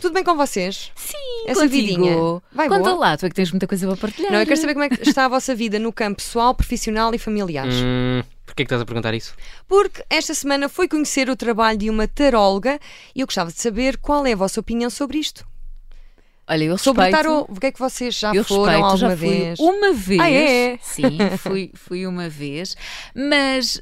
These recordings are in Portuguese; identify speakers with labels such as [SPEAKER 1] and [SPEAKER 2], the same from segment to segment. [SPEAKER 1] tudo bem com vocês?
[SPEAKER 2] Sim,
[SPEAKER 1] Essa
[SPEAKER 2] convidinha.
[SPEAKER 1] Vigo, vai
[SPEAKER 2] Conta
[SPEAKER 1] boa.
[SPEAKER 2] lá, tu é que tens muita coisa para partilhar.
[SPEAKER 1] Não, eu quero saber como é que está a vossa vida no campo pessoal, profissional e familiar.
[SPEAKER 3] Hum, Porquê que estás a perguntar isso?
[SPEAKER 1] Porque esta semana fui conhecer o trabalho de uma taróloga e eu gostava de saber qual é a vossa opinião sobre isto.
[SPEAKER 2] Olha, eu
[SPEAKER 1] Sobre o
[SPEAKER 2] respeito,
[SPEAKER 1] tarô, o que é que vocês já
[SPEAKER 2] eu
[SPEAKER 1] foram
[SPEAKER 2] respeito,
[SPEAKER 1] alguma
[SPEAKER 2] já fui um-
[SPEAKER 1] vez?
[SPEAKER 2] uma vez.
[SPEAKER 1] Ah, é?
[SPEAKER 2] Sim, fui, fui uma vez, mas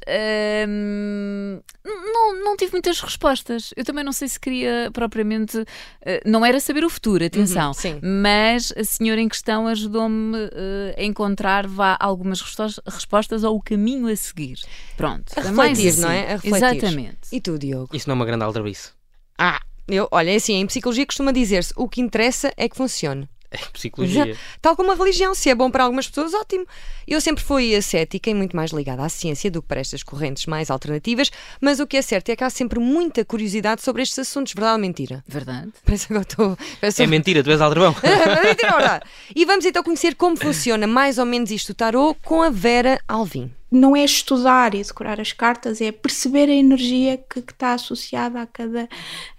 [SPEAKER 2] hum, não, não tive muitas respostas. Eu também não sei se queria propriamente. eh, não era saber o futuro, atenção.
[SPEAKER 1] Uhum, sim.
[SPEAKER 2] Mas a senhora em questão ajudou-me eh, a encontrar vá, algumas restos- respostas ou o caminho a seguir. Pronto.
[SPEAKER 1] A
[SPEAKER 2] é mais
[SPEAKER 1] refletir,
[SPEAKER 2] assim.
[SPEAKER 1] não é? A refletir.
[SPEAKER 2] Exatamente.
[SPEAKER 1] E tu, Diogo?
[SPEAKER 3] Isso não é uma grande aldrabice.
[SPEAKER 1] Ah, eu, olha, é assim, em psicologia costuma dizer-se o que interessa é que funcione.
[SPEAKER 3] É psicologia.
[SPEAKER 1] Tal como a religião, se é bom para algumas pessoas, ótimo. Eu sempre fui ascética e muito mais ligada à ciência do que para estas correntes mais alternativas, mas o que é certo é que há sempre muita curiosidade sobre estes assuntos, verdade ou mentira?
[SPEAKER 2] Verdade.
[SPEAKER 1] Parece que eu estou. parece
[SPEAKER 3] É mentira, tu és aldrabão.
[SPEAKER 1] Mentira, é verdade. E vamos então conhecer como funciona mais ou menos isto o tarô com a Vera Alvim.
[SPEAKER 4] não é estudar e decorar as cartas, é perceber a energia que, que está associada a cada,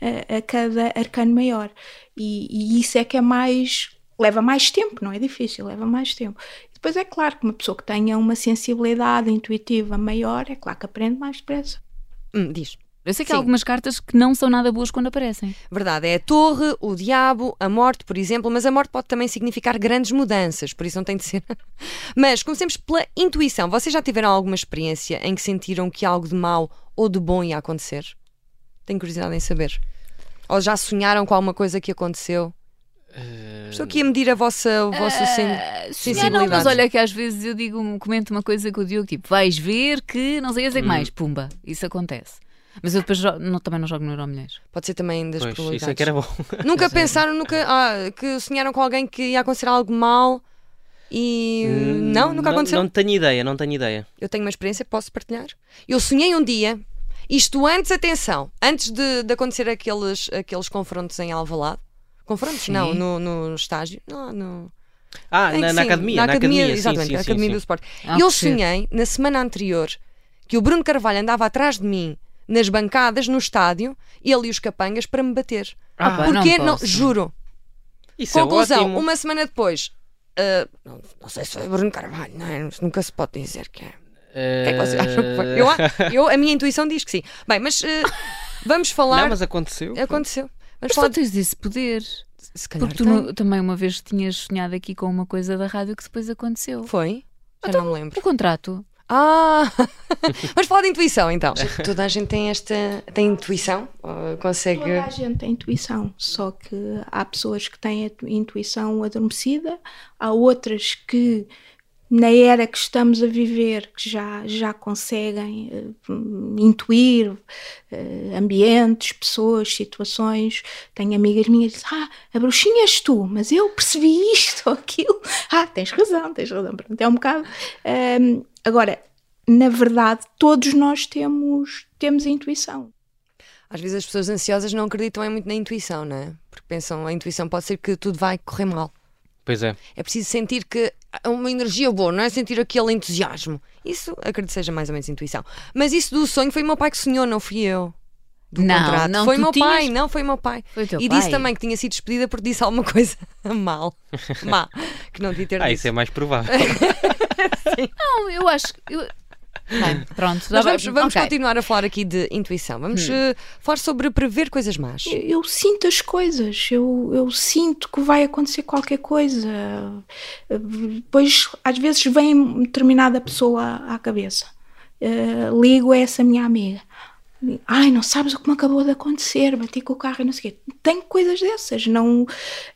[SPEAKER 4] a, a cada arcano maior. E, e isso é que é mais. leva mais tempo, não é difícil, leva mais tempo. E depois é claro que uma pessoa que tenha uma sensibilidade intuitiva maior, é claro que aprende mais depressa.
[SPEAKER 1] Hum, diz.
[SPEAKER 2] Eu sei que
[SPEAKER 1] Sim.
[SPEAKER 2] há algumas cartas que não são nada boas quando aparecem.
[SPEAKER 1] Verdade, é a torre, o diabo, a morte, por exemplo, mas a morte pode também significar grandes mudanças, por isso não tem de ser. Mas comecemos pela intuição. Vocês já tiveram alguma experiência em que sentiram que algo de mau ou de bom ia acontecer? Tenho curiosidade em saber. Ou já sonharam com alguma coisa que aconteceu?
[SPEAKER 3] Eh,
[SPEAKER 1] Estou aqui a medir a vossa, o vosso sen-
[SPEAKER 2] Ah,
[SPEAKER 1] sensibilidade.
[SPEAKER 2] não, mas olha que às vezes eu digo, comento uma coisa com o Diogo, tipo, vais ver que não sei o que mais, pumba, isso acontece. Mas eu depois jo- não- também não jogo no Euromilhões.
[SPEAKER 1] Pode ser também das
[SPEAKER 3] Pois,
[SPEAKER 1] probabilidades.
[SPEAKER 3] isso é que era bom.
[SPEAKER 1] Nunca pensaram nunca, ah, que sonharam com alguém que ia acontecer algo mal e. Hum, não, nunca aconteceu.
[SPEAKER 3] Eh, Não tenho ideia, não tenho ideia.
[SPEAKER 1] Eu tenho uma experiência que posso partilhar. Eu sonhei um dia, isto antes, atenção, antes de, de acontecer aqueles, aqueles confrontos em Alvalade. Confrontos?
[SPEAKER 2] Sim.
[SPEAKER 1] Não, no, no estágio. Não, no...
[SPEAKER 3] Ah,
[SPEAKER 1] Em
[SPEAKER 3] na,
[SPEAKER 1] É que
[SPEAKER 3] na
[SPEAKER 1] sim,
[SPEAKER 3] academia, na academia, sim,
[SPEAKER 1] exatamente,
[SPEAKER 3] sim,
[SPEAKER 1] na
[SPEAKER 3] sim,
[SPEAKER 1] academia
[SPEAKER 3] sim.
[SPEAKER 1] do Sport.
[SPEAKER 2] Ah,
[SPEAKER 1] eu
[SPEAKER 2] que giro.
[SPEAKER 1] sonhei na semana anterior que o Bruno Carvalho andava atrás de mim nas bancadas, no estádio, ele e os capangas para me bater.
[SPEAKER 3] Ah,
[SPEAKER 2] pá, não
[SPEAKER 1] Porque não,
[SPEAKER 2] posso.
[SPEAKER 1] juro,
[SPEAKER 3] Isso é
[SPEAKER 1] Conclusão,
[SPEAKER 3] ótimo.
[SPEAKER 1] uma semana depois. ah, não, não sei se foi Bruno Carvalho, não é? nunca se pode dizer que é. O que é que
[SPEAKER 3] Eh,
[SPEAKER 1] vocês acham que foi? Eu, a- eu- a minha intuição diz que sim. Bem, mas ah, vamos falar.
[SPEAKER 3] Não, mas aconteceu.
[SPEAKER 1] Aconteceu. Vamos
[SPEAKER 2] Mas tu
[SPEAKER 1] falar.
[SPEAKER 2] tens esse poder.
[SPEAKER 1] Se
[SPEAKER 2] Porque tu
[SPEAKER 1] tem.
[SPEAKER 2] no- também uma vez tinhas sonhado aqui com uma coisa da rádio que depois aconteceu.
[SPEAKER 1] Foi? Já Então não me lembro.
[SPEAKER 2] O contrato.
[SPEAKER 1] Ah! vamos falar de intuição então. Toda a gente tem esta. tem intuição? Ou consegue.
[SPEAKER 4] Toda a gente tem intuição, só que há pessoas que têm a tu- intuição adormecida, há outras que na era que estamos a viver que já, já conseguem eh, hum, intuir eh, ambientes, pessoas, situações. Tenho amigas minhas que dizem, ah, a bruxinha és tu, mas eu percebi isto ou aquilo. Ah, tens razão, tens razão. Pronto, é um bocado. Ahm, agora, na verdade, todos nós temos, temos intuição.
[SPEAKER 1] Às vezes as pessoas ansiosas não acreditam é muito na intuição, não é? Porque pensam, a intuição pode ser que tudo vai correr mal.
[SPEAKER 3] Pois é.
[SPEAKER 1] É preciso sentir que há uma energia boa, não é sentir aquele entusiasmo. Isso acredito que seja mais ou menos intuição. Mas isso do sonho foi o meu pai que sonhou, não fui eu. Do
[SPEAKER 2] Não,
[SPEAKER 1] contrato.
[SPEAKER 2] não,
[SPEAKER 1] foi o
[SPEAKER 2] tu
[SPEAKER 1] meu
[SPEAKER 2] tinhas-
[SPEAKER 1] pai, não foi o meu pai.
[SPEAKER 2] Foi o teu
[SPEAKER 1] e
[SPEAKER 2] pai.
[SPEAKER 1] disse também que tinha sido despedida porque disse alguma coisa mal. Má. Que não devia ter
[SPEAKER 3] Ah,
[SPEAKER 1] dito.
[SPEAKER 3] isso é mais provável.
[SPEAKER 2] Não, eu acho que. eu- Bem, pronto, já
[SPEAKER 1] Mas vamos, vamos
[SPEAKER 2] ok. Hum.
[SPEAKER 1] continuar a falar aqui de intuição. Vamos eh, falar sobre prever coisas más.
[SPEAKER 4] Eu, eu sinto as coisas, eu, eu sinto que vai acontecer qualquer coisa. Depois, às vezes, vem determinada pessoa à cabeça. Eh, ligo a essa minha amiga. Ai, não sabes o que me acabou de acontecer, bati com o carro e não sei o quê. Tem coisas dessas, não.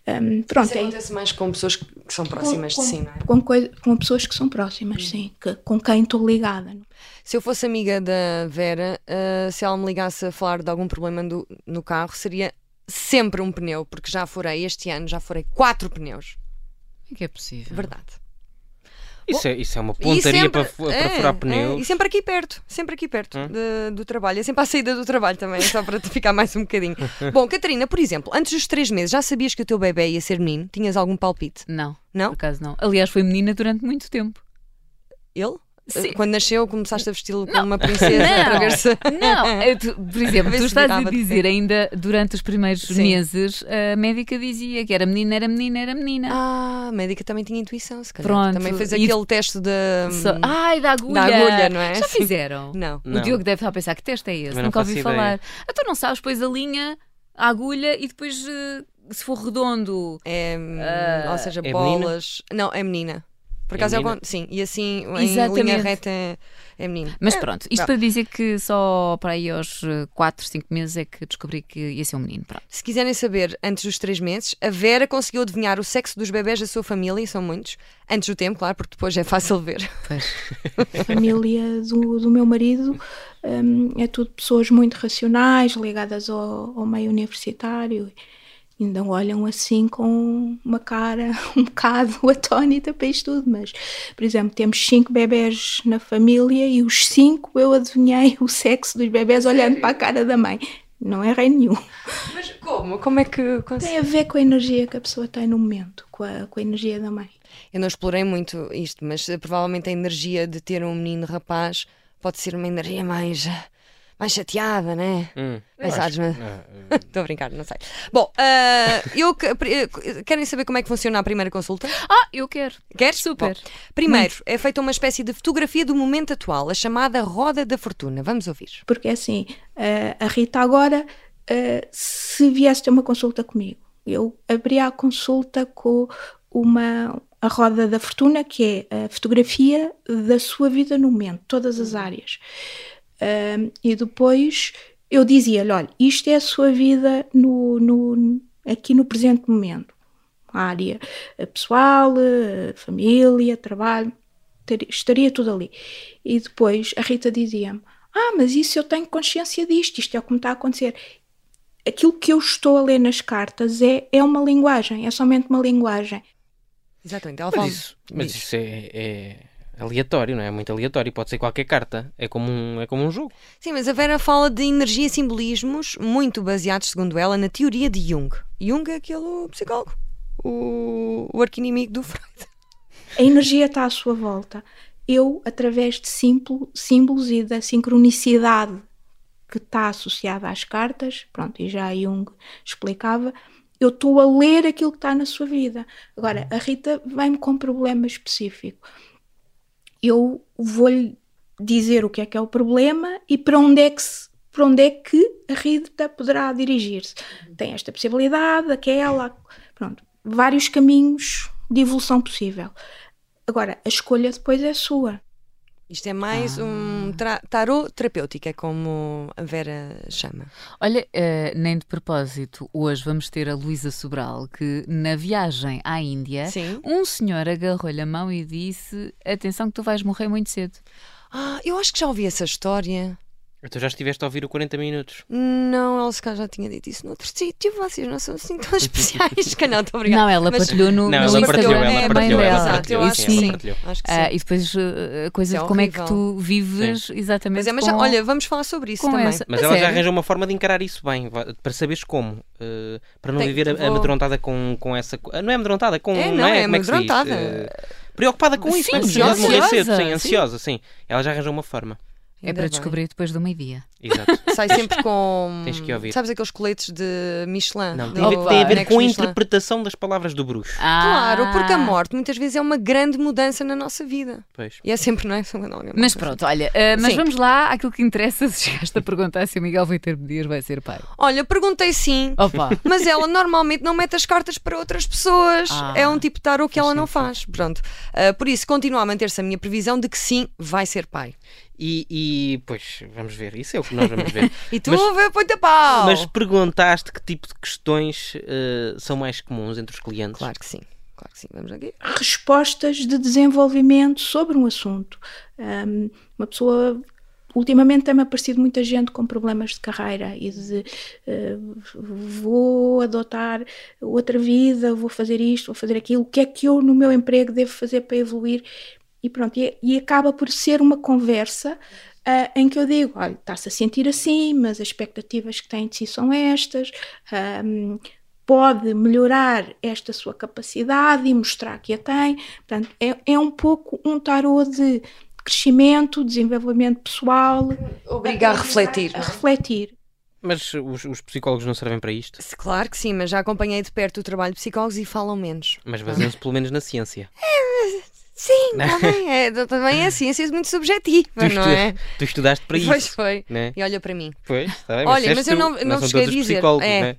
[SPEAKER 4] ehm, pronto,
[SPEAKER 1] Isso
[SPEAKER 4] é,
[SPEAKER 1] acontece mais com pessoas que que são próximas de si, não é? Hum.
[SPEAKER 4] com, coi- com pessoas que são próximas, sim, que, com quem estou ligada. é?
[SPEAKER 1] Se eu fosse amiga da Vera, ah, se ela me ligasse a falar de algum problema do- no carro, seria sempre um pneu, porque já furei este ano, já furei quatro pneus.
[SPEAKER 2] Como é que é possível?
[SPEAKER 1] Verdade.
[SPEAKER 3] Isso é, isso é uma
[SPEAKER 1] E
[SPEAKER 3] pontaria
[SPEAKER 1] sempre-
[SPEAKER 3] para, fu- para
[SPEAKER 1] é,
[SPEAKER 3] furar
[SPEAKER 1] é,
[SPEAKER 3] pneus. Hum?
[SPEAKER 1] e sempre aqui perto, sempre aqui perto de- do trabalho. É sempre à saída do trabalho também, é só para te ficar mais um bocadinho. Bom, Catarina, por exemplo, antes dos três meses, já sabias que o teu bebê ia ser menino? Tinhas algum palpite?
[SPEAKER 2] Não,
[SPEAKER 1] Não?
[SPEAKER 2] por acaso não. Aliás, foi menina durante muito tempo.
[SPEAKER 1] Ele? Eh,
[SPEAKER 2] Sim.
[SPEAKER 1] Quando nasceu, começaste a vesti-lo como uma princesa. para ver se-
[SPEAKER 2] Não, eu tu- por exemplo,
[SPEAKER 1] Vê se
[SPEAKER 2] tu estás a
[SPEAKER 1] virava de
[SPEAKER 2] dizer ainda durante os primeiros
[SPEAKER 1] Sim.
[SPEAKER 2] meses, a médica dizia que era menina, era menina, era menina.
[SPEAKER 1] Ah, a médica também tinha intuição, se calhar.
[SPEAKER 2] Pronto,
[SPEAKER 1] Também fez
[SPEAKER 2] e-
[SPEAKER 1] aquele teste da.
[SPEAKER 2] Só- Ai, da agulha.
[SPEAKER 1] da Hum, agulha, não é?
[SPEAKER 2] Já
[SPEAKER 1] Sim.
[SPEAKER 2] fizeram.
[SPEAKER 1] Não.
[SPEAKER 2] O Diogo deve estar a pensar que teste é esse,
[SPEAKER 3] Também não
[SPEAKER 2] nunca ouvi
[SPEAKER 3] faço
[SPEAKER 2] falar.
[SPEAKER 3] ideia.
[SPEAKER 2] Ah, tu não sabes, pois a linha, a agulha e depois eh, se for redondo.
[SPEAKER 1] É, hum,
[SPEAKER 2] Ah,
[SPEAKER 1] ou seja,
[SPEAKER 3] é
[SPEAKER 1] bolas. Não, é menina. Por
[SPEAKER 3] É
[SPEAKER 1] acaso é o
[SPEAKER 3] menina?
[SPEAKER 1] con- Sim, e assim em linha
[SPEAKER 2] Exatamente.
[SPEAKER 1] reta é, é menina.
[SPEAKER 2] Mas pronto, isto
[SPEAKER 1] não.
[SPEAKER 2] para dizer que só para aí aos 4, 5 meses é que descobri que ia ser um menino. Pronto.
[SPEAKER 1] Se quiserem saber, antes dos três meses, a Vera conseguiu adivinhar o sexo dos bebés da sua família, e são muitos, antes do tempo, claro, porque depois é fácil ver.
[SPEAKER 4] A família do, do meu marido hum, é tudo pessoas muito racionais, ligadas ao, ao meio universitário. Ainda olham assim com uma cara um bocado atónita para isto tudo, mas, por exemplo, temos cinco bebés na família e os cinco eu adivinhei o sexo dos bebés olhando para a cara da mãe. Não errei nenhum.
[SPEAKER 1] Mas como? Como é que consegue?
[SPEAKER 4] Tem a ver com a energia que a pessoa tem no momento, com a, com a energia da mãe.
[SPEAKER 1] Eu não explorei muito isto, mas eh, provavelmente a energia de ter um menino rapaz pode ser uma energia mais, eh, mais chateada, né?
[SPEAKER 3] Hum, eu
[SPEAKER 1] Mas
[SPEAKER 3] acho-
[SPEAKER 1] sabes, mas-
[SPEAKER 3] ah, ah,
[SPEAKER 1] Estou a brincar, não sei. Bom, ah, eu que- eh, querem saber como é que funciona a primeira consulta?
[SPEAKER 2] Ah, eu quero.
[SPEAKER 1] Queres?
[SPEAKER 2] Super.
[SPEAKER 1] Bom, primeiro, é feita uma espécie de fotografia do momento atual, a chamada roda da fortuna. Vamos ouvir.
[SPEAKER 4] Porque assim, eh, a Rita agora, eh, se viesse ter uma consulta comigo, eu abria a consulta com uma a roda da fortuna, que é a fotografia da sua vida no momento, todas as áreas. Ahm, e depois eu dizia-lhe, olha, isto é a sua vida no, no, aqui no presente momento. A área eh, pessoal, eh, família, trabalho, ter- estaria tudo ali. E depois a Rita dizia-me, ah, mas isso eu tenho consciência disto, isto é como está a acontecer. Aquilo que eu estou a ler nas cartas é, é uma linguagem, é somente uma linguagem.
[SPEAKER 1] Exatamente, ela
[SPEAKER 3] mas
[SPEAKER 1] fala.
[SPEAKER 3] isso, mas
[SPEAKER 1] diz.
[SPEAKER 3] isso é, é aleatório, não é? É muito aleatório. Pode ser qualquer carta. É como um, é como um jogo.
[SPEAKER 1] Sim, mas a Vera fala de energia e simbolismos muito baseados, segundo ela, na teoria de Jung. Jung é aquele psicólogo, o, o arquinimigo do Freud.
[SPEAKER 4] A energia está à sua volta. Eu, através de símbolo- símbolos e da sincronicidade que está associada às cartas, pronto, e já Jung explicava, eu estou a ler aquilo que está na sua vida. Agora, a Rita vem-me com um problema específico. Eu vou-lhe dizer o que é que é o problema e para onde é que se- para onde é que a Rita poderá dirigir-se. Tem esta possibilidade, aquela, pronto, vários caminhos de evolução possível. Agora, a escolha depois é sua.
[SPEAKER 1] Isto é mais
[SPEAKER 2] Ah.
[SPEAKER 1] um tra- tarô terapêutico, é como a Vera chama.
[SPEAKER 2] Olha, eh, nem de propósito, hoje vamos ter a Luísa Sobral, que na viagem à
[SPEAKER 3] É?
[SPEAKER 2] Índia,
[SPEAKER 1] Sim.
[SPEAKER 2] um senhor agarrou-lhe a mão e disse: Atenção, que tu vais morrer muito cedo.
[SPEAKER 1] Ah, eu acho que já ouvi essa história.
[SPEAKER 3] Então já estiveste a ouvir o 40 minutos.
[SPEAKER 1] Não, ela se calhar já tinha dito isso noutro sítio. Vocês não são assim tão especiais. Se calhar, estou obrigada.
[SPEAKER 2] Não, ela
[SPEAKER 1] Mas- então
[SPEAKER 2] partilhou no,
[SPEAKER 3] Não,
[SPEAKER 2] no
[SPEAKER 3] ela
[SPEAKER 2] Instagram
[SPEAKER 3] partilhou,
[SPEAKER 2] da
[SPEAKER 3] ela
[SPEAKER 2] mãe
[SPEAKER 3] partilhou,
[SPEAKER 2] dela.
[SPEAKER 1] Exato,
[SPEAKER 3] ela
[SPEAKER 1] eu
[SPEAKER 3] partilhou,
[SPEAKER 1] acho
[SPEAKER 3] sim,
[SPEAKER 1] que
[SPEAKER 3] ela
[SPEAKER 1] sim.
[SPEAKER 3] partilhou. É,
[SPEAKER 1] Acho que
[SPEAKER 2] Ah,
[SPEAKER 1] sim.
[SPEAKER 2] e depois eh, a coisa
[SPEAKER 1] Isso é
[SPEAKER 2] de como é que
[SPEAKER 1] horrível.
[SPEAKER 2] tu vives exatamente.
[SPEAKER 1] Mas, é, mas já-
[SPEAKER 2] com-
[SPEAKER 1] olha, vamos falar sobre isso
[SPEAKER 2] com
[SPEAKER 1] também.
[SPEAKER 2] essa-
[SPEAKER 3] Mas
[SPEAKER 2] A
[SPEAKER 3] ela já
[SPEAKER 2] sério?
[SPEAKER 3] arranjou uma forma de encarar isso bem, va- para saberes como. eh, para não
[SPEAKER 1] Tem-
[SPEAKER 3] viver a-
[SPEAKER 1] vou-
[SPEAKER 3] amedrontada com, com essa. co- ah, Não é amedrontada, com.
[SPEAKER 1] É, não, é
[SPEAKER 3] Como que se diz?
[SPEAKER 1] amedrontada.
[SPEAKER 3] Eh, preocupada com isso,
[SPEAKER 2] Sim,
[SPEAKER 3] com a possibilidade de morrer
[SPEAKER 2] ansiosa,
[SPEAKER 3] cedo, sim,
[SPEAKER 2] sim.
[SPEAKER 3] ansiosa, sim. Ela já arranjou uma forma.
[SPEAKER 2] é
[SPEAKER 1] Ainda
[SPEAKER 2] para
[SPEAKER 1] bem.
[SPEAKER 2] descobrir depois do meio-dia.
[SPEAKER 3] Exato.
[SPEAKER 1] Sai sempre com.
[SPEAKER 3] Tens que ouvir.
[SPEAKER 1] Sabes aqueles coletes de Michelin?
[SPEAKER 3] Não,
[SPEAKER 1] Do-
[SPEAKER 3] tem a ver,
[SPEAKER 2] Opa,
[SPEAKER 3] tem a ver
[SPEAKER 1] bonecos
[SPEAKER 3] com a
[SPEAKER 1] Michelin.
[SPEAKER 3] interpretação das palavras do bruxo.
[SPEAKER 1] Claro, porque a
[SPEAKER 2] Ah.
[SPEAKER 1] morte muitas vezes é uma grande mudança na nossa vida.
[SPEAKER 3] Pois.
[SPEAKER 1] E é sempre, não é? Quando alguém
[SPEAKER 2] Mas
[SPEAKER 1] morre.
[SPEAKER 2] pronto, olha, eh, mas
[SPEAKER 1] Sim.
[SPEAKER 2] vamos lá àquilo que interessa. Se chegaste a perguntar se o Miguel vai ter dias, vai ser pai.
[SPEAKER 1] Olha, perguntei sim.
[SPEAKER 2] Opa!
[SPEAKER 1] Mas ela normalmente não mete as cartas para outras pessoas.
[SPEAKER 2] Ah.
[SPEAKER 1] é um tipo de tarô que ela não
[SPEAKER 3] sentido.
[SPEAKER 1] faz. Pronto. Ah, por isso, continua a manter-se a minha previsão de que sim, vai ser pai.
[SPEAKER 3] E, e, pois, vamos ver. Isso é o que nós vamos ver.
[SPEAKER 1] E tu,
[SPEAKER 3] Mas-
[SPEAKER 1] vê, põe-te a pau!
[SPEAKER 3] Mas perguntaste que tipo de questões eh, são mais comuns entre os clientes.
[SPEAKER 1] Claro que sim. Claro que sim. Vamos aqui.
[SPEAKER 4] Respostas de desenvolvimento sobre um assunto. Ahm, uma pessoa. Ultimamente tem-me aparecido muita gente com problemas de carreira e de eh, vou adotar outra vida, vou fazer isto, vou fazer aquilo, o que é que eu no meu emprego devo fazer para evoluir? E pronto, e, e acaba por ser uma conversa ah, em que eu digo: olha, está-se a sentir assim, mas as expectativas que tem de si são estas, ahm, pode melhorar esta sua capacidade e mostrar que a tem. Portanto, é, é um pouco um tarô de crescimento, desenvolvimento pessoal.
[SPEAKER 1] Obriga a refletir.
[SPEAKER 4] A refletir.
[SPEAKER 3] Mas os, os psicólogos não servem para isto?
[SPEAKER 1] Se- Claro que sim, mas já acompanhei de perto o trabalho de psicólogos e falam menos.
[SPEAKER 3] Mas baseiam-se pelo menos na ciência.
[SPEAKER 1] Sim,
[SPEAKER 3] Né?
[SPEAKER 1] também é, também é ciência muito subjetiva,
[SPEAKER 3] tu,
[SPEAKER 1] não
[SPEAKER 3] estu-
[SPEAKER 1] é?
[SPEAKER 3] tu estudaste para
[SPEAKER 1] Pois
[SPEAKER 3] isso.
[SPEAKER 1] foi.
[SPEAKER 3] Né?
[SPEAKER 1] E olha para mim.
[SPEAKER 3] Pois, está bem,
[SPEAKER 1] Olha, mas
[SPEAKER 3] disseste
[SPEAKER 1] eu
[SPEAKER 3] tu,
[SPEAKER 1] não- não
[SPEAKER 3] são
[SPEAKER 1] cheguei a
[SPEAKER 3] todos os
[SPEAKER 1] dizer,
[SPEAKER 3] psicólogos,
[SPEAKER 1] é.
[SPEAKER 3] né?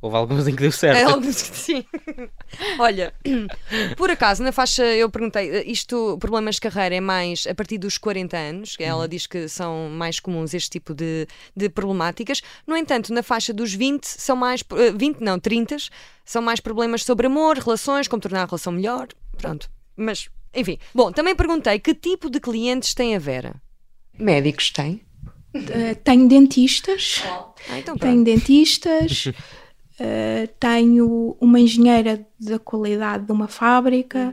[SPEAKER 3] Houve alguns em que deu certo.
[SPEAKER 1] É algo que sim. Olha, por acaso, na faixa eu perguntei, eh, isto, problemas de carreira é mais a partir dos 40 anos, que
[SPEAKER 3] Uhum.
[SPEAKER 1] ela diz que são mais comuns este tipo de, de problemáticas. No entanto, na faixa dos 20 são mais, eh, 20 não, 30 são mais problemas sobre amor, relações, como tornar a relação melhor, pronto. Mas, enfim. Bom, também perguntei que tipo de clientes tem a Vera? Médicos tem.
[SPEAKER 4] Eh, tenho dentistas.
[SPEAKER 1] Ah, então
[SPEAKER 4] Tenho
[SPEAKER 1] pronto.
[SPEAKER 4] dentistas, eh, tenho uma engenheira da qualidade de uma fábrica,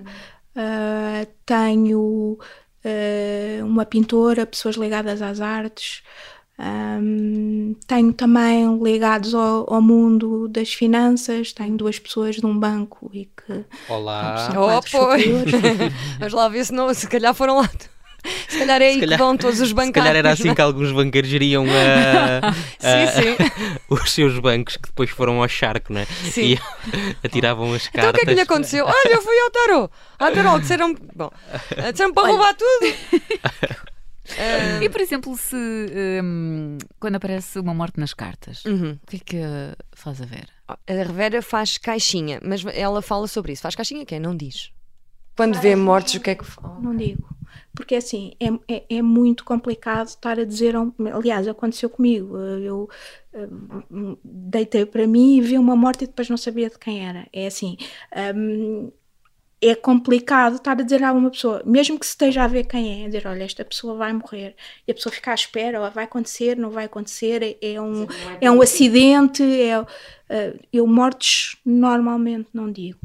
[SPEAKER 4] eh, tenho eh, uma pintora, pessoas ligadas às artes, ahm, tenho também ligados ao, ao mundo das finanças, tenho duas pessoas de um banco e que
[SPEAKER 3] Olá.
[SPEAKER 4] Não,
[SPEAKER 1] Oh,
[SPEAKER 4] quadros
[SPEAKER 1] pois.
[SPEAKER 4] superiores.
[SPEAKER 1] Mas lá ver se não, se calhar foram lá. Se calhar é aí
[SPEAKER 3] calhar-
[SPEAKER 1] que vão todos os
[SPEAKER 3] Se
[SPEAKER 1] bancários.
[SPEAKER 3] calhar era assim que alguns banqueiros geriam ah, ah,
[SPEAKER 1] Sim, sim.
[SPEAKER 3] os seus bancos que depois foram ao charco, né?
[SPEAKER 1] Sim.
[SPEAKER 3] E atiravam as
[SPEAKER 1] Então o
[SPEAKER 3] cartas.
[SPEAKER 1] que é que lhe aconteceu? Olha, eu fui ao tarô. Ao tarô, disseram-me. Bom, eh, disseram-me para roubar tudo. Eh,
[SPEAKER 2] E, por exemplo, se hum, quando aparece uma morte nas cartas,
[SPEAKER 1] uhum.
[SPEAKER 2] o que é que uh, faz a ver?
[SPEAKER 1] A Rivera faz caixinha, mas ela fala sobre isso. Faz caixinha quem? Não diz. Quando vê mortos, o que é que fala?
[SPEAKER 4] Não digo. Porque assim, é, é, é muito complicado estar a dizer. a um- Aliás, aconteceu comigo. Eh, Eu hum, deitei para mim e vi uma morte e depois não sabia de quem era. É assim. hum, é complicado estar a dizer a uma pessoa, mesmo que se esteja a ver quem é, a dizer, olha, esta pessoa vai morrer. E a pessoa fica à espera, ó, vai acontecer, não vai acontecer, é- é um, é um acidente, é, eh, eu mortes normalmente não digo.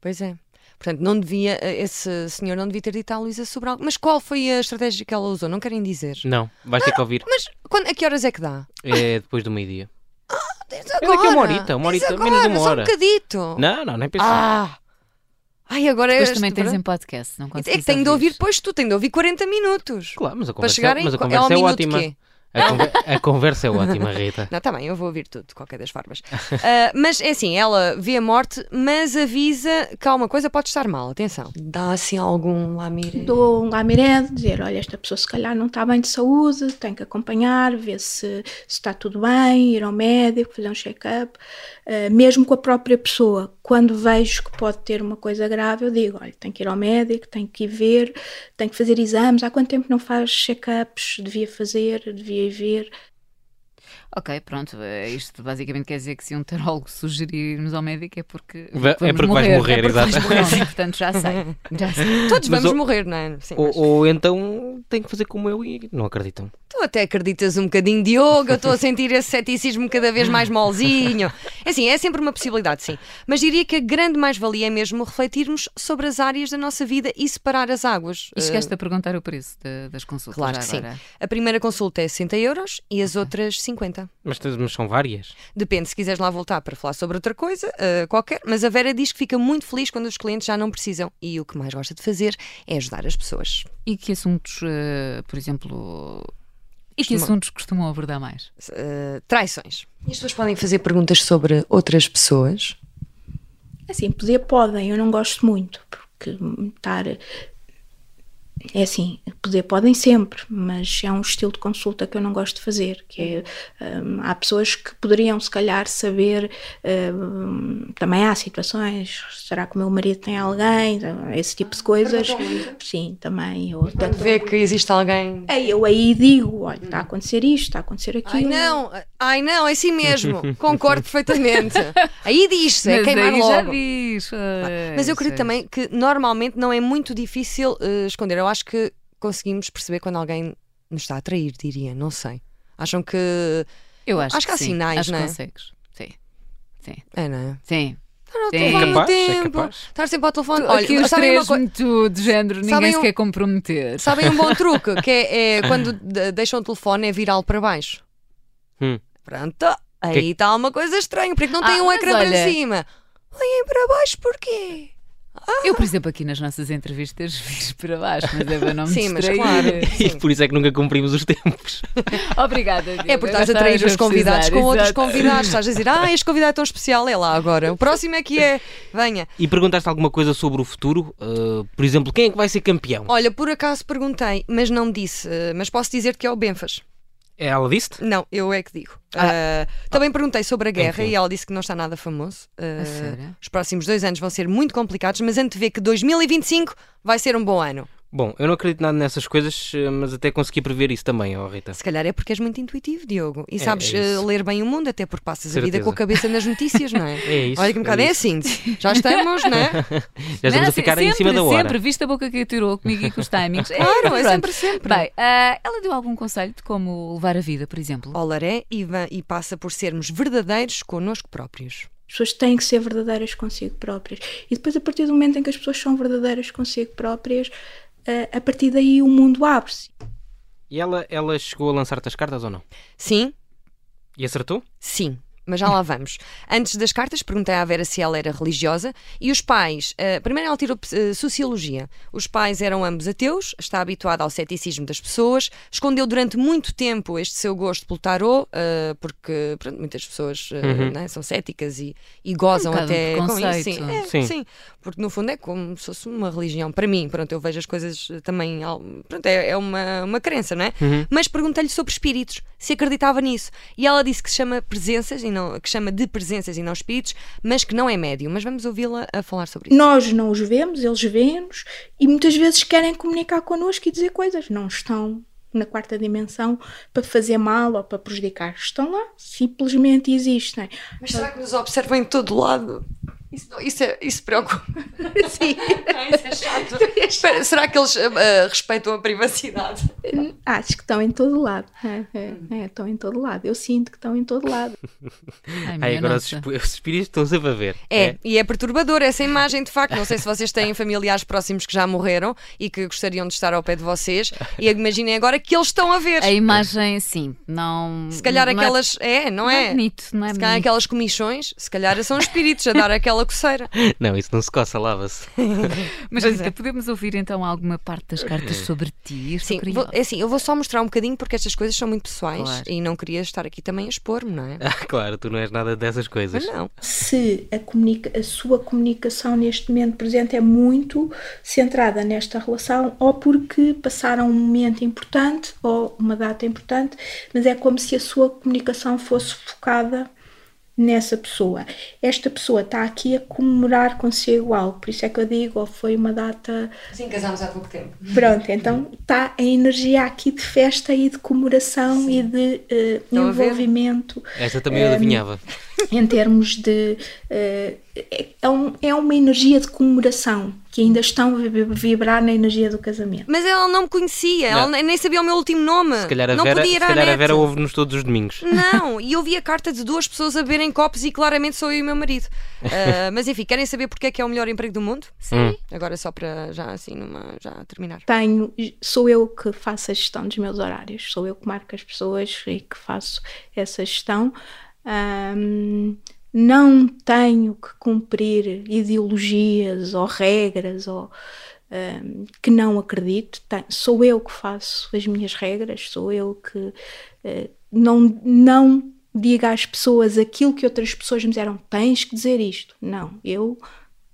[SPEAKER 1] Pois é. Portanto, não devia, eh, esse senhor não devia ter dito à Luísa sobre algo. Mas qual foi a estratégia que ela usou? Não querem dizer.
[SPEAKER 3] Não, vais ter que ouvir.
[SPEAKER 1] Mas quando, a que horas é que dá?
[SPEAKER 3] É depois do meio-dia.
[SPEAKER 1] Diz
[SPEAKER 3] daqui a é uma
[SPEAKER 1] agora.
[SPEAKER 3] horita, uma
[SPEAKER 1] Diz
[SPEAKER 3] horita,
[SPEAKER 1] agora,
[SPEAKER 3] menos de uma
[SPEAKER 1] só
[SPEAKER 3] hora.
[SPEAKER 1] um bocadito.
[SPEAKER 3] Não, não, nem pensar.
[SPEAKER 1] Ah! Ai, agora
[SPEAKER 2] Depois
[SPEAKER 1] este-
[SPEAKER 2] também tens
[SPEAKER 1] pronto.
[SPEAKER 2] em podcast, não
[SPEAKER 1] É
[SPEAKER 2] consegues
[SPEAKER 1] que tenho de ouvir, pois tu tens de ouvir 40 minutos.
[SPEAKER 3] Claro, mas a
[SPEAKER 1] Para
[SPEAKER 3] conversa,
[SPEAKER 1] chegar em.
[SPEAKER 3] mas a
[SPEAKER 1] é ao
[SPEAKER 3] conversa é,
[SPEAKER 1] minuto
[SPEAKER 3] ótima.
[SPEAKER 1] quê? É
[SPEAKER 3] A, conver- a conversa é ótima, Rita.
[SPEAKER 1] Não, tá bem, eu vou ouvir tudo, de qualquer das formas. Ah, mas é assim, ela vê a morte, mas avisa que alguma coisa pode estar mal, atenção. Dá assim algum lamire.
[SPEAKER 4] Dou um lamiré, dizer, olha, esta pessoa se calhar não está bem de saúde, tem que acompanhar, ver se, se está tudo bem, ir ao médico, fazer um check-up. Eh, mesmo com a própria pessoa, quando vejo que pode ter uma coisa grave, eu digo, olha, tem que ir ao médico, tem que ir ver, tem que fazer exames, há quanto tempo não faz check-ups, devia fazer, devia ir ver.
[SPEAKER 2] Ok, pronto. eh, Isto basicamente quer dizer que se um tarólogo sugerirmos ao médico é porque.
[SPEAKER 3] Va- é
[SPEAKER 2] vamos
[SPEAKER 3] porque vais morrer,
[SPEAKER 2] é porque vais
[SPEAKER 3] exato.
[SPEAKER 2] morrer, portanto, já sei. Já sei.
[SPEAKER 1] Todos
[SPEAKER 3] Mas
[SPEAKER 1] vamos
[SPEAKER 3] o-
[SPEAKER 1] morrer, não é? Sim,
[SPEAKER 3] Ou,
[SPEAKER 1] mas-
[SPEAKER 3] ou então tem que fazer como eu e não acreditam.
[SPEAKER 1] Tu até acreditas um bocadinho de yoga, eu estou a sentir esse ceticismo cada vez mais molzinho. É Assim, é sempre uma possibilidade, sim. Mas diria que a grande mais-valia é mesmo refletirmos sobre as áreas da nossa vida e separar as águas. Eh,
[SPEAKER 2] E chegaste a perguntar o preço da- das consultas.
[SPEAKER 1] Claro
[SPEAKER 2] já
[SPEAKER 1] que sim.
[SPEAKER 2] agora.
[SPEAKER 1] A primeira consulta é 60 euros e as outras 50.
[SPEAKER 3] Mas, tens- mas são várias.
[SPEAKER 1] Depende, se quiseres lá voltar para falar sobre outra coisa, eh, qualquer. Mas a Vera diz que fica muito feliz quando os clientes já não precisam. E o que mais gosta de fazer é ajudar as pessoas.
[SPEAKER 2] E que assuntos, eh, por exemplo. E que
[SPEAKER 1] Costuma-
[SPEAKER 2] assuntos costumam abordar mais?
[SPEAKER 1] Eh, traições. E as pessoas podem fazer perguntas sobre outras pessoas.
[SPEAKER 4] Assim, poder podem, eu não gosto muito, porque hum, estar. É assim, poder podem sempre, mas é um estilo de consulta que eu não gosto de fazer, que é, hum, há pessoas que poderiam se calhar saber, hum, também há situações, será que o meu marido tem alguém, esse tipo de coisas, sim, também, eu,
[SPEAKER 1] Quando vê que existe alguém
[SPEAKER 4] aí, eu aí digo, olha, está a acontecer isto, está a acontecer
[SPEAKER 1] Ai
[SPEAKER 4] aquilo,
[SPEAKER 1] não, ai não, é assim mesmo. Concordo perfeitamente. Aí diz-se, é
[SPEAKER 2] Mas
[SPEAKER 1] queimar
[SPEAKER 2] aí já
[SPEAKER 1] logo.
[SPEAKER 2] diz. eh,
[SPEAKER 1] Mas eu acredito também que normalmente não é muito difícil eh, esconder. Eu acho que conseguimos perceber quando alguém nos está a atrair, diria, não sei. Acham que.
[SPEAKER 2] Eu acho,
[SPEAKER 1] Acho que há
[SPEAKER 2] sim.
[SPEAKER 1] sinais,
[SPEAKER 2] acho
[SPEAKER 1] não é?
[SPEAKER 2] que consegues. Sim.
[SPEAKER 1] É, não é?
[SPEAKER 2] Sim.
[SPEAKER 1] Estar ao
[SPEAKER 2] Sim.
[SPEAKER 1] telefone
[SPEAKER 2] É
[SPEAKER 1] o
[SPEAKER 3] capaz, é
[SPEAKER 1] tempo,
[SPEAKER 3] capaz.
[SPEAKER 1] Estar sempre ao telefone.
[SPEAKER 2] Olha, Aqui
[SPEAKER 1] Olha,
[SPEAKER 2] os
[SPEAKER 1] sabem, uma
[SPEAKER 2] três
[SPEAKER 1] coi-
[SPEAKER 2] muito de género, ninguém
[SPEAKER 1] Sabem
[SPEAKER 2] se
[SPEAKER 1] um-
[SPEAKER 2] quer comprometer.
[SPEAKER 1] sabem um bom truque, que é, é quando de- deixam o telefone é virá-lo para baixo.
[SPEAKER 3] Hum.
[SPEAKER 1] Pronto, aí está uma coisa estranha. Porque não tem
[SPEAKER 2] Ah,
[SPEAKER 1] um
[SPEAKER 2] mas
[SPEAKER 1] ecrã para
[SPEAKER 2] olha-
[SPEAKER 1] cima? Olhem para baixo porquê?
[SPEAKER 2] Eu, por exemplo, aqui nas nossas entrevistas fiz para baixo, mas é para não me
[SPEAKER 1] Sim, mas
[SPEAKER 2] distrair.
[SPEAKER 1] claro.
[SPEAKER 3] E
[SPEAKER 1] Sim.
[SPEAKER 3] por isso é que nunca cumprimos os tempos.
[SPEAKER 2] Obrigada, Diogo.
[SPEAKER 1] É porque estás a
[SPEAKER 2] Agora
[SPEAKER 1] trair
[SPEAKER 2] estava
[SPEAKER 1] os convidados
[SPEAKER 2] precisar,
[SPEAKER 1] com outros
[SPEAKER 2] exato.
[SPEAKER 1] convidados. Estás a dizer, ah, este convidado é tão especial, é lá agora. O próximo é que é. Venha.
[SPEAKER 3] E perguntaste alguma coisa sobre o futuro? Uh, por exemplo, quem é que vai ser campeão?
[SPEAKER 1] Olha, por acaso perguntei, mas não me disse. eh, Mas posso dizer que é o Benfas.
[SPEAKER 3] Ela disse-te?
[SPEAKER 1] Não, eu é que digo. Ah, Então também perguntei sobre a guerra e ela disse que não está nada famoso. Ah,
[SPEAKER 2] A sério?
[SPEAKER 1] os próximos dois anos vão ser muito complicados, mas antevê que 2025 vai ser um bom ano.
[SPEAKER 3] Bom, eu não acredito nada nessas coisas, eh, mas até consegui prever isso também, ó Rita.
[SPEAKER 1] Se calhar é porque és muito intuitivo, Diogo. E sabes
[SPEAKER 3] é isso.
[SPEAKER 1] eh, ler bem o mundo, até porque passas a vida
[SPEAKER 3] Certeza.
[SPEAKER 1] com a cabeça nas notícias, não é?
[SPEAKER 3] É isso,
[SPEAKER 1] Olha que um
[SPEAKER 3] é
[SPEAKER 1] bocado é,
[SPEAKER 3] isso.
[SPEAKER 1] assim. Já estamos, não é?
[SPEAKER 3] Já estamos
[SPEAKER 2] Não,
[SPEAKER 3] a ficar
[SPEAKER 2] sempre,
[SPEAKER 3] em cima da hora.
[SPEAKER 2] Sempre, vista a boca que atirou comigo e com os timings.
[SPEAKER 1] Claro, é
[SPEAKER 2] pronto.
[SPEAKER 1] sempre, sempre.
[SPEAKER 2] Bem, ah, ela deu algum conselho de como levar a vida, por exemplo?
[SPEAKER 1] Olaré é, e, va- e passa por sermos verdadeiros connosco próprios.
[SPEAKER 4] As pessoas têm que ser verdadeiras consigo próprias. E depois, a partir do momento em que as pessoas são verdadeiras consigo próprias, eh, a partir daí o mundo abre-se.
[SPEAKER 3] E ela, ela chegou a lançar-te as cartas ou não?
[SPEAKER 1] Sim,
[SPEAKER 3] E acertou?
[SPEAKER 1] sim. Mas já lá vamos. Antes das cartas, perguntei à Vera se ela era religiosa e os pais. eh, primeiro ela tirou eh, sociologia. Os pais eram ambos ateus, está habituada ao ceticismo das pessoas, escondeu durante muito tempo este seu gosto pelo tarô, eh, porque pronto, muitas pessoas eh, né, são céticas e, e gozam
[SPEAKER 2] bocado
[SPEAKER 1] até
[SPEAKER 2] um
[SPEAKER 1] com isso.
[SPEAKER 2] preconceito.
[SPEAKER 1] Sim, é,
[SPEAKER 3] Sim.
[SPEAKER 1] sim, porque no fundo é como se fosse uma religião. Para mim, pronto, eu vejo as coisas eh, também. ao- Pronto, é, é uma, uma crença, não é? Mas perguntei-lhe sobre espíritos, se acreditava nisso. E ela disse que se chama presenças e não, que chama de presenças e não espíritos, mas que não é médium. Mas vamos ouvi-la a falar sobre isso.
[SPEAKER 4] Nós não os vemos, eles veem-nos e muitas vezes querem comunicar connosco e dizer coisas. Não estão na quarta dimensão para fazer mal ou para prejudicar. Estão lá, simplesmente existem.
[SPEAKER 1] Mas será que nos observam em todo lado? Isso, isso, é, isso preocupa.
[SPEAKER 4] Sim.
[SPEAKER 1] Isso é chato. Espera, será que eles ah, ah, respeitam a privacidade?
[SPEAKER 4] Acho que estão em todo lado. É, é, é, estão em todo lado. Eu sinto que estão em todo lado.
[SPEAKER 2] Ai,
[SPEAKER 3] Aí
[SPEAKER 2] minha
[SPEAKER 3] agora os,
[SPEAKER 2] nossa.
[SPEAKER 3] esp- os espíritos estão sempre a ver.
[SPEAKER 1] É, e é perturbador essa imagem, de facto. Não sei se vocês têm familiares próximos que já morreram e que gostariam de estar ao pé de vocês. E imaginem agora que eles estão a ver.
[SPEAKER 2] A imagem, sim, não.
[SPEAKER 1] se calhar
[SPEAKER 2] não é-
[SPEAKER 1] aquelas. É, não
[SPEAKER 2] Não é
[SPEAKER 1] é?
[SPEAKER 2] bonito, não é
[SPEAKER 1] se calhar
[SPEAKER 2] bonito.
[SPEAKER 1] aquelas comichões, se calhar são espíritos a dar aquela coceira.
[SPEAKER 3] Não, isso não se coça, lava-se.
[SPEAKER 2] Mas
[SPEAKER 1] é.
[SPEAKER 2] Rita, podemos ouvir então alguma parte das cartas
[SPEAKER 3] Uhum.
[SPEAKER 2] sobre ti? Estou
[SPEAKER 1] Sim,
[SPEAKER 2] curiosa.
[SPEAKER 1] vou, é assim, eu vou só mostrar um bocadinho porque estas coisas são muito pessoais
[SPEAKER 2] Claro.
[SPEAKER 1] e não queria estar aqui também a expor-me, não é?
[SPEAKER 3] Ah, claro, tu não és nada dessas coisas.
[SPEAKER 1] Mas não.
[SPEAKER 4] se a, comunica- a sua comunicação neste momento presente é muito centrada nesta relação, ou porque passaram um momento importante ou uma data importante, mas é como se a sua comunicação fosse focada nessa pessoa. Esta pessoa está aqui a comemorar consigo algo, por isso é que eu digo, ou foi uma data
[SPEAKER 1] Sim, casámos há pouco tempo.
[SPEAKER 4] Pronto, então está a energia aqui de festa e de comemoração e de eh,
[SPEAKER 1] a ver?
[SPEAKER 4] envolvimento
[SPEAKER 3] Esta também eu adivinhava.
[SPEAKER 4] em termos de. eh, é, um- é uma energia de comemoração que ainda estão a vi- vibrar na energia do casamento.
[SPEAKER 1] Mas ela não me conhecia, ela
[SPEAKER 3] Não.
[SPEAKER 1] nem- nem sabia o meu último nome.
[SPEAKER 3] Se calhar a
[SPEAKER 1] não
[SPEAKER 3] Vera,
[SPEAKER 1] podia
[SPEAKER 3] se
[SPEAKER 1] ir à
[SPEAKER 3] calhar a
[SPEAKER 1] net.
[SPEAKER 3] Vera ouve-nos todos os domingos.
[SPEAKER 1] Não, e eu vi a carta de duas pessoas a beberem copos e claramente sou eu e o meu marido. Ah, mas enfim, querem saber porque é que é o melhor emprego do mundo?
[SPEAKER 3] Hum.
[SPEAKER 2] Sim.
[SPEAKER 1] Agora só para já assim, numa, já terminar.
[SPEAKER 4] Tenho, sou eu que faço a gestão dos meus horários, sou eu que marco as pessoas e que faço essa gestão. Ahm, não tenho que cumprir ideologias ou regras ou ahm, que não acredito. Ten- sou eu que faço as minhas regras, sou eu que eh, não, não diga às pessoas aquilo que outras pessoas me disseram, tens que dizer isto. Não, eu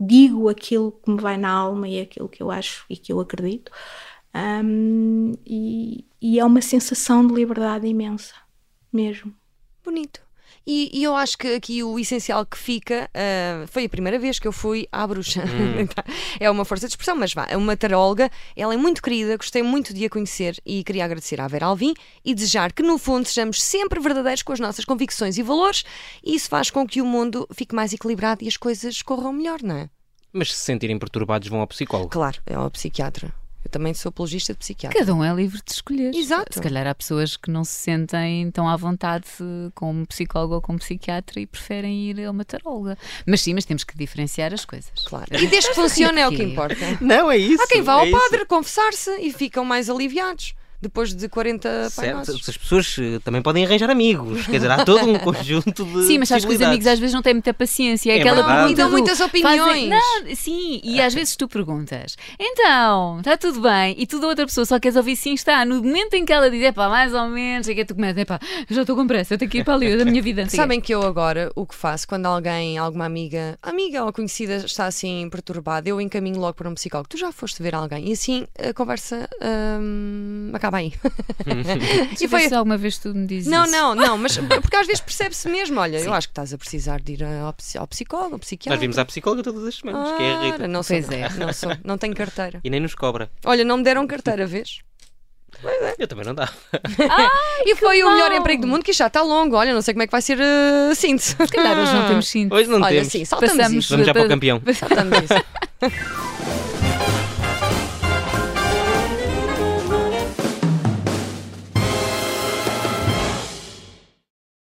[SPEAKER 4] digo aquilo que me vai na alma e aquilo que eu acho e que eu acredito. Ahm, e, e é uma sensação de liberdade imensa, mesmo.
[SPEAKER 1] Bonito. E, e eu acho que aqui o essencial que fica ah, foi a primeira vez que eu fui à bruxa. é uma força de expressão, mas vá, é uma taróloga. Ela é muito querida, gostei muito de a conhecer e queria agradecer à Vera Alvim e desejar que, no fundo, sejamos sempre verdadeiros com as nossas convicções e valores. E isso faz com que o mundo fique mais equilibrado e as coisas corram melhor, não é?
[SPEAKER 3] Mas se se sentirem perturbados, vão ao psicólogo.
[SPEAKER 1] Claro, é ao psiquiatra. Eu também sou apologista de psiquiatra.
[SPEAKER 2] Cada um é livre de escolher.
[SPEAKER 1] Exato.
[SPEAKER 2] Se calhar há pessoas que não se sentem tão à vontade eh, com um psicólogo ou com um psiquiatra e preferem ir a uma taróloga. Mas sim, mas temos que diferenciar as coisas.
[SPEAKER 1] Claro. E desde que funciona é o que
[SPEAKER 2] Porquê?
[SPEAKER 1] importa.
[SPEAKER 3] Não, é isso.
[SPEAKER 1] Há quem vá
[SPEAKER 3] é
[SPEAKER 1] ao
[SPEAKER 3] isso.
[SPEAKER 1] padre confessar-se e ficam mais aliviados. depois de 40 Pai
[SPEAKER 3] Certo,
[SPEAKER 1] Nossos.
[SPEAKER 3] as pessoas eh, também podem arranjar amigos, quer dizer, há todo um conjunto de.
[SPEAKER 2] Sim, mas sabes que os amigos às
[SPEAKER 3] possibilidades.
[SPEAKER 2] vezes não têm muita paciência. É
[SPEAKER 3] É
[SPEAKER 2] aquela
[SPEAKER 3] verdade.
[SPEAKER 2] pergunta
[SPEAKER 1] Dão
[SPEAKER 2] do,
[SPEAKER 1] muitas opiniões.
[SPEAKER 2] Fazem, não, sim, e às vezes tu perguntas, então, está tudo bem, e tu da outra pessoa só queres ouvir sim, está. No momento em que ela diz, é pá, mais ou menos, é que tu começas, é pá, já estou com pressa, eu tenho que ir para ali, eu da minha vida. não sei o quê."
[SPEAKER 1] Sabem que eu agora o que faço quando alguém, alguma amiga, amiga ou conhecida está assim perturbada, eu encaminho logo para um psicólogo. Tu já foste ver alguém e assim a conversa hum, acaba aí.
[SPEAKER 2] Deixa eu ver se alguma vez tu me dizes
[SPEAKER 1] Não,
[SPEAKER 2] isso.
[SPEAKER 1] não, não, mas porque às vezes percebe-se mesmo, olha, eu acho que estás a precisar de ir ao, psi- ao psicólogo, ao
[SPEAKER 3] Nós
[SPEAKER 1] psiquiatra.
[SPEAKER 2] é
[SPEAKER 3] vimos à psicóloga todas as semanas, que é a Rita.
[SPEAKER 1] Ora, não sou,
[SPEAKER 2] Pois é.
[SPEAKER 1] não sou, não tenho carteira.
[SPEAKER 3] E nem nos cobra.
[SPEAKER 1] Olha, não me deram carteira, vês?
[SPEAKER 3] Eu também não dá.
[SPEAKER 1] E foi o melhor
[SPEAKER 2] mal!
[SPEAKER 1] emprego do mundo, que isto já está longo. Olha, não sei como é que vai ser eh, a síntese.
[SPEAKER 2] Se calhar hoje não temos cinto.
[SPEAKER 3] Hoje não
[SPEAKER 1] Olha,
[SPEAKER 3] temos.
[SPEAKER 1] sim, saltamos
[SPEAKER 2] Passamos.
[SPEAKER 1] isso.
[SPEAKER 3] Vamos já para o campeão.
[SPEAKER 1] Saltamos isso.